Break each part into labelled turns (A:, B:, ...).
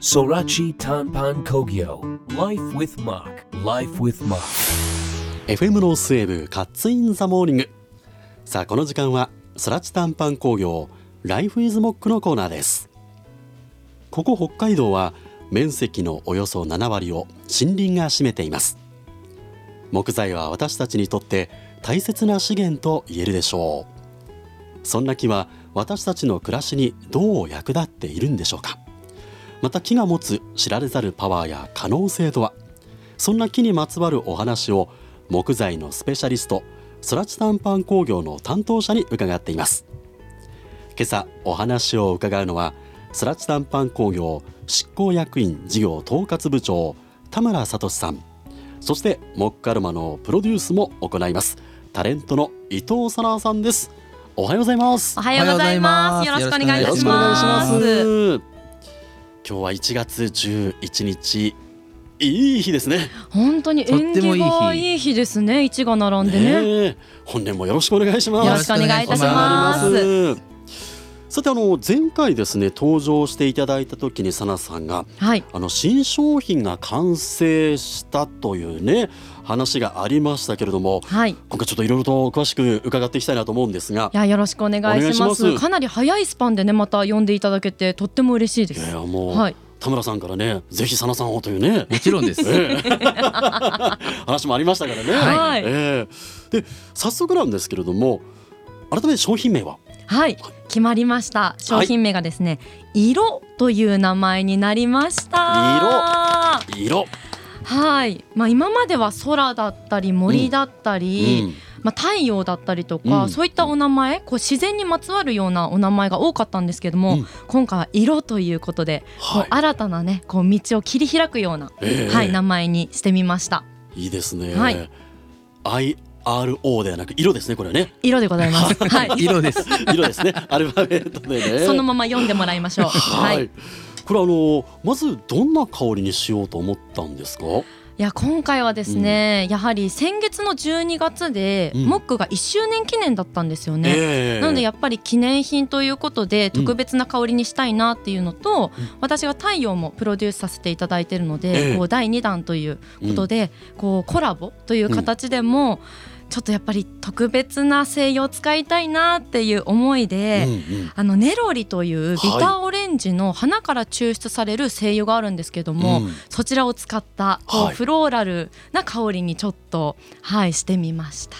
A: Sorachi Tanpan Kogyo. Life with Mark. Life with Mark.
B: FM ロースウェブカッツインザモーニングさあこの時間はそらち短パン工業ライフイズモックのコーナーですここ北海道は面積のおよそ7割を森林が占めています木材は私たちにとって大切な資源と言えるでしょうそんな木は私たちの暮らしにどう役立っているんでしょうかまた木が持つ知られざるパワーや可能性とはそんな木にまつわるお話を木材のスペシャリストそらち短パン工業の担当者に伺っています今朝お話を伺うのはそらち短パン工業執行役員事業統括部長田村聡さんそして木カルマのプロデュースも行いますタレントの伊藤さなさんですおはようございます
C: おはようございます。
D: お
C: よ
D: は
C: ろ
D: よ
C: しく
D: うご
C: お
D: ざ
C: 願い
D: い
C: い
B: よ
D: ま
C: た
B: ろ
D: す
B: しくお願
C: し
B: いし
C: ま
B: ます
C: す。
B: 今日は1月11日いい日ですね
C: 本当に縁
D: とっても
C: 起
D: いい日
C: がいい日ですね。一が並んでね。
B: ねえ本年もよろしくお願いしま
C: よ
B: す
C: ろしくお願いいたし
D: お世
C: ま
D: 話に
C: す。
B: さてあの前回ですね登場していただいた時にサナさんが
C: はい。
B: あの新商品が完成したというね話がありましたけれども
C: はい。い
B: 今回ちょっといろいろと詳しく伺っていきたいなと思うんですが
C: や、よろしくお願いしま
B: お願いします
C: す。かなり早いスパンでね、また呼んでいただけて、とっても嬉しいで
B: いやい
C: す。
B: やもう、
C: はい。
B: 田村さんからねぜひサナさんをというね
D: もちろんです。
B: ええ 話もありましたからね、
C: はい
B: ええで早速なんですけれども改めて商品名は
C: はい。決まりました。商品名がですね、色という名前になりました。
B: 色、
C: はい。まあ、今までは空だったり、森だったり。
B: うん
C: まあ、太陽だったりとか、
B: うん
C: そういったお名前こう自然にまつわるようなお名前が多かったんですけども、
B: うん
C: 今回は色ということで、こう
B: はい
C: 新たなねこう道を切り開くような、
B: ええ
C: はい、名前にしてみました
B: いいですね、
C: は
B: IRO ではなく色ですねこれは ね
C: 色でございます、はい、
D: 色です。
B: 色ですねアルファベットでね
C: そのまま読んでもらいましょう、
B: は、
C: はいい、い
B: これあのまずどんな香りにしようと思ったんですか
C: や今回はですね、やはり先月の12月で、
B: うん
C: モックが1周年記念だったんですよね、
B: ええ
C: なのでやっぱり記念品ということで特別な香りにしたいなっていうのと、
B: うん
C: 私が太陽もプロデュースさせていただいてるので、
B: ええ
C: こう第2弾ということで、こうコラボという形でも、ちょっとやっぱり特別な精油を使いたいなっていう思い
B: うん
C: で。
B: うん
C: あのネロリというビタ
B: は
C: ーオレンジの花から抽出される精油があるんですけども、
B: うん
C: そちらを使ったこう
B: はい
C: フローラルな香りにちょっとはいしてみました。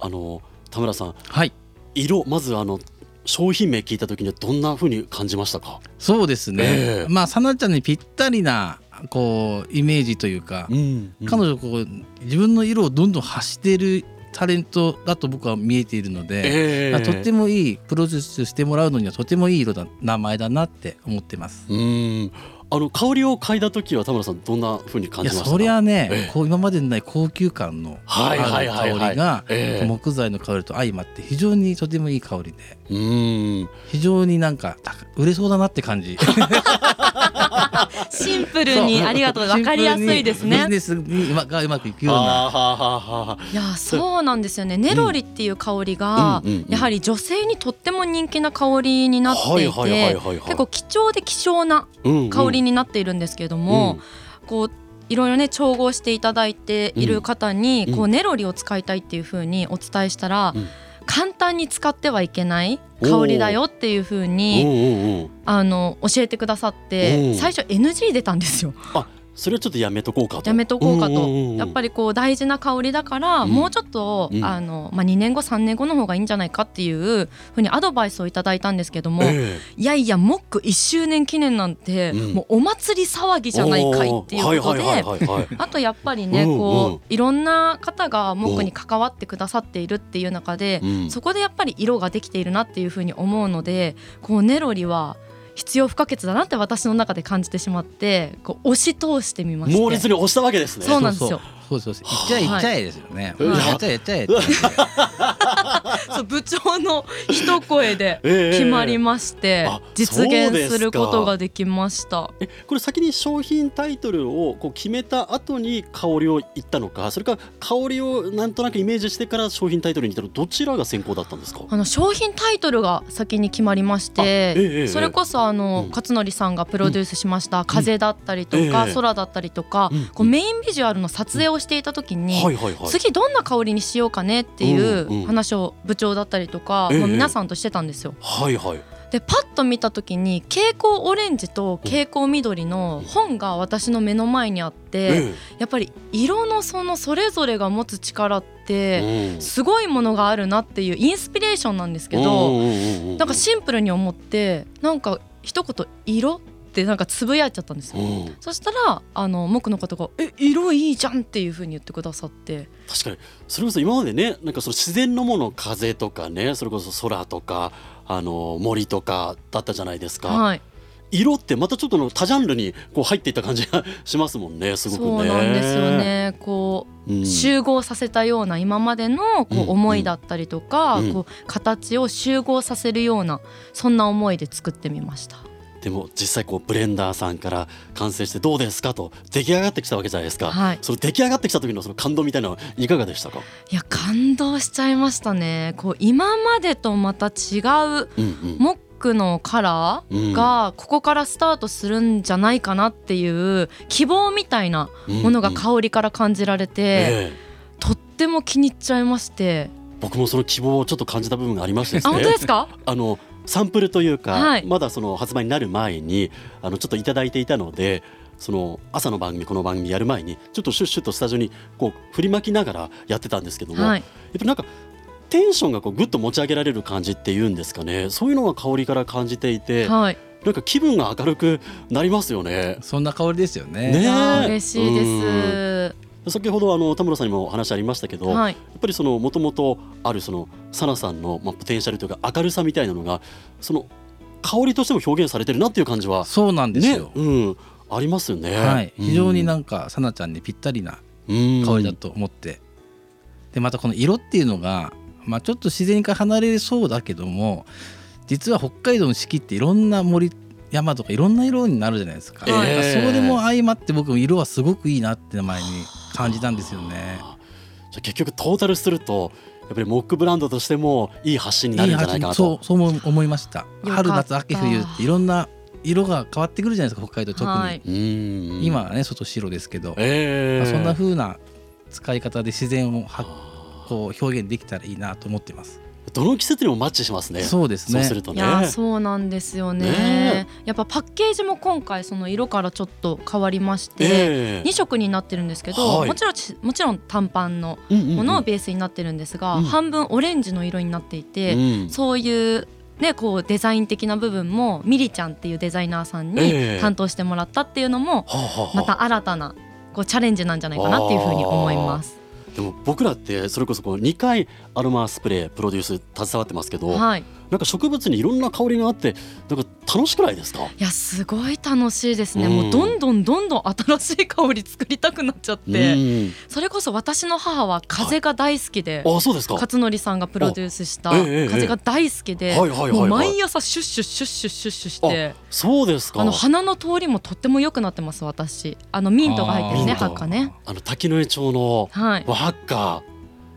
B: あの田村さん
D: はい。
B: 色まずあの商品名聞いた時にはどんな風に感じましたか、
D: そうです
B: え
D: ね。
B: え
D: まあ、さなちゃんにぴったりな、こう、イメージというか、彼女、こう、自分の色をどんどん発してるタレントだと僕は見えているので、
B: ええ
D: まあとってもいい、プロデュースしてもらうのにはとてもいい色だ、名前だなって思ってます。
B: うんあの香りを嗅いだ時は田村さんどんな風に
D: い
B: 感じま
D: や
B: したか
D: そりゃね、
B: ええ
D: こう今までにない高級感のあ
B: はい
D: る
B: はいはいはい
D: 香りが
B: ええ
D: 木材の香りと相まって非常にとてもいい香りで
B: うん
D: 非常になんか高売れそうだなって感じ。
C: シンプルにありがとう分かりやすいです
D: シ
C: ね
D: ンプルに。ビジネスにうまがうまくいくような。
B: あーはーはーはー
C: いやそうなんですよねネロリっていう香りが
B: うんうんうんうん
C: やはり女性にとっても人気な香りになってい
B: はいはいはい
C: て
B: はいはい
C: 結構貴重で希少な
B: うんうん
C: 香りになっているんですけれどもこういろいろね調合していただいている方
B: う
C: に
B: ん
C: こうネロリを使いたいっていうふうにお伝えしたら
B: うん
C: 簡単に使ってはいけない香りだよっていうふうに
B: うんうんうん
C: あの教えてくださっ
B: おー
C: て最初 NG 出たんですよ。
B: それはちょっとやめとこうかと
C: やめとこうか
B: ん
C: と
B: んうんうん
C: やっぱりこう大事な香りだから、
B: うん
C: もうちょっと、
B: うん
C: あのまあ、2年後3年後の方がいいんじゃないかっていうふうにアドバイスをいただいたんですけども、
B: え
C: いやいやモック1周年記念なんて、
B: うん
C: もうお祭り騒ぎ
B: え
C: じゃないかいっていうことで。
B: おーはいはいはいはい はい
C: あとやっぱりね、
B: うんうん
C: こういろんな方がモックに関わってくださっているっていう中で、
B: うん
C: そこでやっぱり色ができているなっていうふうに思うのでこうネロリは必要不可欠だなって私の中で感じてしまってこう押し通してみまして
B: 猛烈に押したわけですね
C: そうなんですよ
D: そうそうそうそう。いっちゃえいっちゃえですよね。
C: はい
D: やっちゃえやっちゃえってなって。
C: そう部長の一声で
B: ええ
C: 決まりまして、
B: あ
C: 実
B: そうで
C: 現
B: すか
C: することができました。
B: えこれ先に商品タイトルをこう決めた後に香りを言ったのかそれから香りをなんとなくイメージしてから商品タイトルに行ったのどちらが先行だったんですか
C: あの商品タイトルが先に決まりまし
B: あえ
C: て、
B: えええ
C: それこそあの、
B: うん
C: 勝則さんがプロデュースしました「風」だったりとか「
B: ええ
C: 空」だったりとか、
B: うん
C: こうメインビジュアルの撮影をしていた時に、
B: はいはいはい
C: 次どんな香りにしようかねって
B: うんう
C: い
B: ん
C: う話を部長だったりとか、
B: ええ
C: まあ皆さんとしてたんですよ。
B: はいはい
C: でパッと見た時に蛍光オレンジと蛍光緑の本が私の目の前にあって、
B: え
C: やっぱり色のそのそれぞれが持つ力っ
B: え
C: て
B: うん
C: すごいものがあるなっていうインスピレーションなんですけど。
B: うんうんうんうん
C: なんかシンプルに思ってなんか一言「色」ってなんかつぶやいちゃったんです
B: う
C: よ。
B: ん
C: そしたらあの僕の方が「え色いいじゃん」っていう風に言ってくださって
B: 確かにそれこそ今までねなんかその自然のもの風とかねそれこそ空とかあの森とかだったじゃないですか、
C: はい
B: 色ってまたちょっとの多ジャンルにこう入っていった感じがしますもん ねすごくね
C: そうなんですよ、ねこ
B: う
C: うん集合させたような今までのこ
B: うん
C: う思いだったりとか
B: うん
C: こう形を集合させるようなそんな思いで作ってみました。
B: でも実際こうブレンダーさんから完成してどうですかと出来上がってきたわけじゃないですか、
C: はい
B: その出来上がってきた時のその感動みたいなのはいかがでしたか、
C: いや感動しちゃいましたねこう今までとまた違う
B: うんうん
C: モックのカラーがここからスタートするんじゃないかなっていう希望みたいなものが
B: うんうん
C: 香りから感じられて
B: ええ
C: とっても気に入っちゃいまして
B: 僕もその希望をちょっと感じた部分がありましてです
C: あ
B: ね
C: 本当ですか
B: あのサンプルというか、
C: はい
B: まだその発売になる前にあのちょっといただいていたのでその朝の番組この番組やる前にちょっとシュッシュッとスタジオにこう振りまきながらやってたんですけども、
C: は
B: やっ
C: い
B: ぱりなんかテンションがこうグッと持ち上げられる感じっていうんですかねそういうのが香りから感じていて、
C: はい
B: なんか気分が明るくなりますよね。
D: そんな香りですよね。
B: ねえ
C: いやー嬉しいで
B: 先ほどあの田村さんにもお話ありましたけ
C: す
B: ど、やっ
C: はい
B: ぱりそのもともとあるそのサナさんのまあポテンシャルというか明るさみたいなのがその香りとしても表現されてるなっていう感じは
D: そうなんです
B: ね
D: よ、。
B: うん、ありますよね。
D: はい、非常になん
B: か
D: んかさなちゃんにぴったりな
B: 香
D: 香りだと思って、でまたこの色っていうのが、まあ、ちょっと自然から離れそうだけども実は北海道の四季っていろんな森山とかいろんな色になるじゃないですか,、
B: ええ
D: それも相まって僕も色はすごくいいなって前に感じたんですよね。
B: じゃあ結局トータルするとやっぱりモックブランドとしてもいい発信にないる
D: い
B: んじゃないかなと
D: そうそう思思いました
C: た
D: 春夏秋冬っていろんな色が変わってくるじゃないですか北海道特に、
C: はい
B: うん
D: 今はね外白ですけど、
B: ええ
D: まあそんな風な使い方で自然をはこう表現できたらいいなと思ってます。
B: どの季節にもマッチしますね。う
D: そうですね。
B: すると
C: い
B: ね。
C: やーそうなんですよね
B: ね
C: やっぱパッケージも今回その色からちょっと変わりまして
B: ええ
C: 2色になってるんですけど
B: はい
C: もちろんちもちろん短パンの
B: うんうんうん
C: ものをベースになってるんですが、
B: うん
C: 半分オレンジの色になっていて、
B: うん
C: そういう,、ね、こうデザイン的な部分もミリちゃんっていうデザイナーさん
B: ええ
C: に担当してもらったっていうのも、
B: はあはあ
C: ま
B: はあ
C: た新たなこうチャレンジなんじゃないかなっていうふうに思います。
B: でも僕らってそれこそこう2回アロマスプレープロデュース携わってますけど、
C: はい、
B: なんか植物にいろんな香りがあってなんか楽しくないですか
C: いやすごい楽しいですね、
B: うん
C: もうどんどんどんどん新しい香り作りたくなっちゃって、
B: うん
C: それこそ私の母は風が大好きで、
B: あそうですか
C: 勝則さんがプロデュースした
B: あええええ
C: 風が大好きで、
B: はいはいはいはい
C: もう毎朝シュッシュッシュッシュッシュッシュして。
B: そうですか
C: あの花の通りもとっても良くなってます私あのミントが入ってるね
B: あー
C: 葉っかね
B: あの滝の江町の
C: はい
B: わっか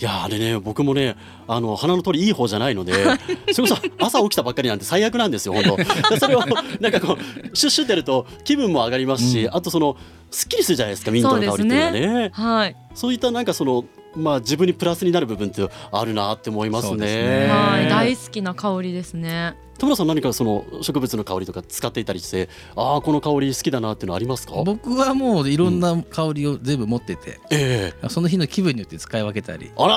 B: いやあれね僕もねあの鼻の通りいい方じゃないのでそれこそ朝起きたばっかりなんて最悪なんですよ本当それをなんかこうシュッシュッてやると気分も上がりますし、
D: う
B: あとそのすっきりするじゃないですかミントの香りっていうのはねそう
C: はい
B: いったなんかそのまあ自分にプラスになる部分ってあるなって思います
D: そう
B: ね
D: ですね
C: はい大好きな香りですね
B: 田村さん何かその植物の香りとか使っていたりしてああこの香り好きだなっていうのありますか
D: 僕はもういろんな香りを全部持ってて、
B: ええ
D: その日の気分によって使い分けたり。
B: あら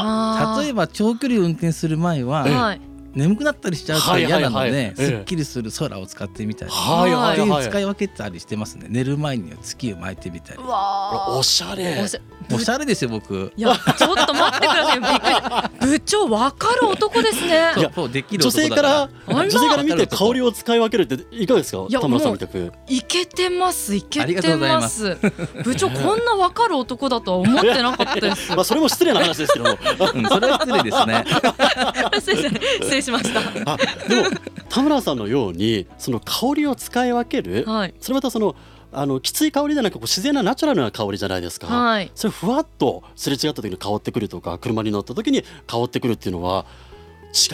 C: あー
D: 例えば長距離を運転する前は、
C: はい
D: 眠くなったりしちゃうと嫌なの
B: はいはいはいえ
D: で、
B: え
D: すっきりする空を使ってみたり、
B: はいはい
D: ってい
B: は
D: う
B: い
D: 使い分けたりしてますね。寝る前には月を巻いてみたり
C: う。わ
B: おしゃれ
C: ーおしゃ
D: おしゃれですよ僕
C: いやちょっと待ってくださいびっくり部長わかる男ですね
B: いや
D: そうできる
B: 女
D: 男
B: 性
D: だ
B: か
D: から
B: ら女性から見
D: わか
B: て
D: る
B: 香りを使い分けるっていかがですか
C: いや
B: 田村さん
C: もう
B: みたく
C: いけてますいけ
D: ありがとう
C: て
D: ござい
C: ま
D: ます
C: 部長こんなわかる男だとは思ってなかった です
B: まあそれも失礼な話ですけども
D: うんそれは失礼です ね
C: 先生失礼しました
B: あでも田村さんのようにその香りを使い分ける
C: はい
B: それまたそのあのきつい香りじゃなくこう自然なナチュラルな香りじゃないですか、
C: はい
B: それふわっとすれ違った時に香ってくるとか車に乗った時に香ってくるっていうのは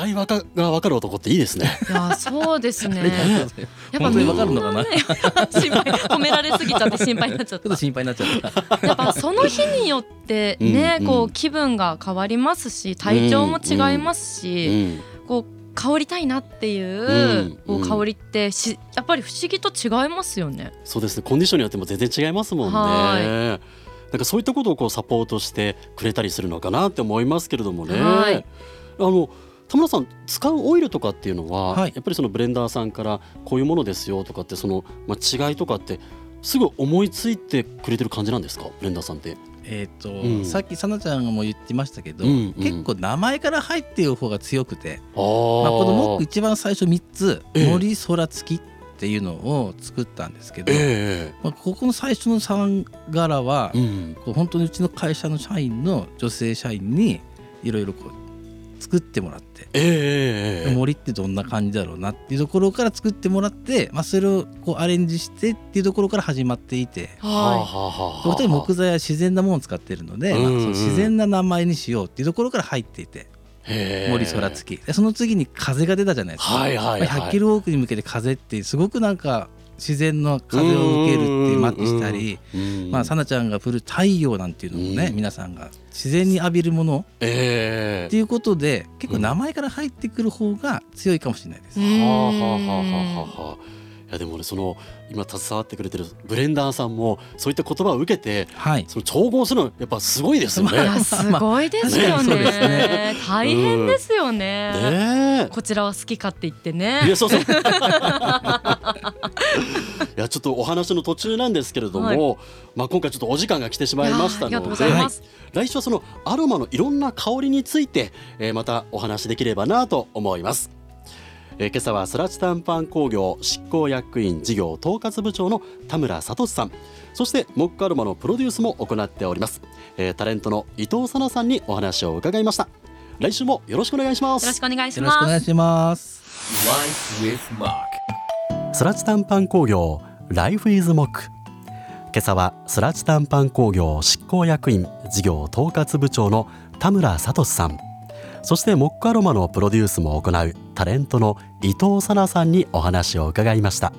B: 違いわかが分かる男っていいですね
C: いやそうです
D: ありがとうござい
C: ね
D: ます
C: やっぱ
D: 本当にわかるのかな
C: みんね 心配褒められすぎちゃって心配になっちゃっ
D: ちょっと心配になっちゃった。
C: たやっぱその日によってね
B: うんうん
C: こう気分が変わりますし体調も違 いますし、
B: うん
C: こう香りたいなっていうう、
B: んうん
C: こう香りってしやっぱり不思議と違いますよね。
B: そうですねコンディションによっても全然違いますもんね
C: は
B: なんかそういったことをこうサポートしてくれたりするのかなって思いますけれどもね
C: はい
B: あの田村さん使うオイルとかっていうのは、
D: はい
B: やっぱりそのブレンダーさんからこういうものですよとかってその、まあ、違いとかってすぐ思いついてくれてる感じなんですかブレンダーさんって。
D: えっ、と、
B: うん
D: さっきさなちゃんも言ってましたけど、
B: うんうん
D: 結構名前から入ってる方が強くて、
B: あ
D: まあ、この
B: ー
D: 僕一番最初3つ「
B: ええ
D: 森空月」っていうのを作ったんですけど、
B: え
D: まあ、ここの最初の3柄は
B: え、うん
D: こう本当にうちの会社の社員の女性社員にいろいろこう作ってもらって。
B: ええええええ
D: 森ってどんな感じだろうなっていうところから作ってもらって、まあ、それをこうアレンジしてっていうところから始まっていて
B: はあ
C: は
B: はあはあはあ
D: お二人木材は自然なものを使ってるので、
B: うんうん
D: まあその自然な名前にしようっていうところから入っていて
B: へえ
D: 森空月でその次に風が出たじゃないですか、
B: はいはいはい
D: まあ100キロウォークに向けて風ってすごくなんか自然の風を受けるっていうマッチしたり、
B: うん
D: まあ、さなちゃんが降る太陽なんていうのもね、
B: うん
D: 皆さんが自然に浴びるもの
B: え
D: って
B: え
D: いうことで結構名前から入ってくる方が強いかもしれないです。
C: い。
B: はあはあはあは
C: は
B: あはあいやでもねその今携わってくれてるブレンダーさんもそういった言葉を受けて
D: はい
B: その調合するのやっぱすごいですよ
C: いや
B: ね。
C: すごいですよ
D: そうです
C: ね
D: ね。
C: 大変ですよね。
B: ね
C: こちらは好きかって言って
B: え。い
C: ね
B: や。そうそう。いやちょっとお話の途中なんですけれども、まあ今回ちょっとお時間が来てしまいました
C: ありがとう
B: の
C: ご
B: で
C: ざい、ます。
B: 来週はそのアロマのいろんな香りについて、えーまたお話しできればなと思います、えー今朝はスラチタンパン工業執行役員事業統括部長の田村聡さんそしてモックアロマのプロデュースも行っております、えータレントの伊藤さなさんにお話を伺いました来週もよろしくお願いしま
C: よろし
B: す
C: くお願いし
D: よろしくお
C: ま
D: 願い
C: す。
D: します。
A: Life with Mark.
B: スラチタンパン工業ライフイズモック今朝はスラチタンパン工業執行役員事業統括部長の田村聡さんそしてモックアロマのプロデュースも行うタレントの伊藤さなさんにお話を伺いました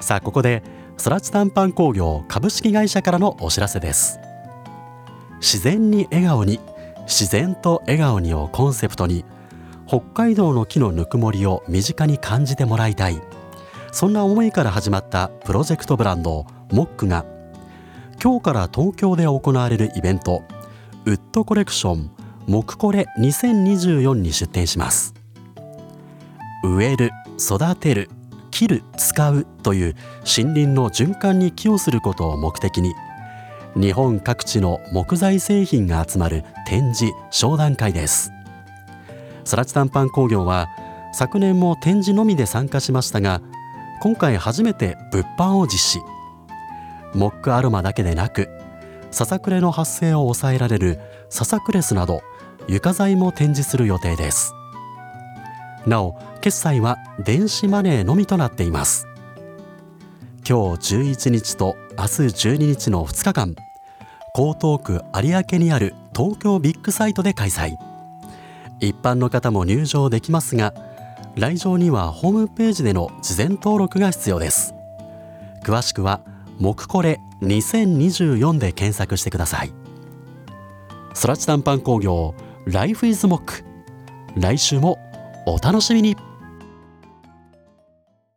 B: さあここでスラチタンパン工業株式会社からのお知らせです自然に笑顔に自然と笑顔にをコンセプトに北海道の木のぬくもりを身近に感じてもらいたいそんな思いから始まったプロジェクトブランドモックが今日から東京で行われるイベントウッドコレクションモクコレ2024に出展します植える育てる切る使うという森林の循環に寄与することを目的に日本各地の木材製品が集まる展示商談会ですそらち短パン工業は昨年も展示のみで参加しましたが今回初めて物販を実施モックアロマだけでなくささくれの発生を抑えられるささくれスなど床材も展示する予定ですなお決済は電子マネーのみとなっています今日11日と明日12日の2日間江東区有明にある東京ビッグサイトで開催一般の方も入場できますが来場にはホームページでの事前登録が必要です詳しくは「木これ2024」で検索してくださいそらち短パン工業「ライフイズモック来週もお楽しみに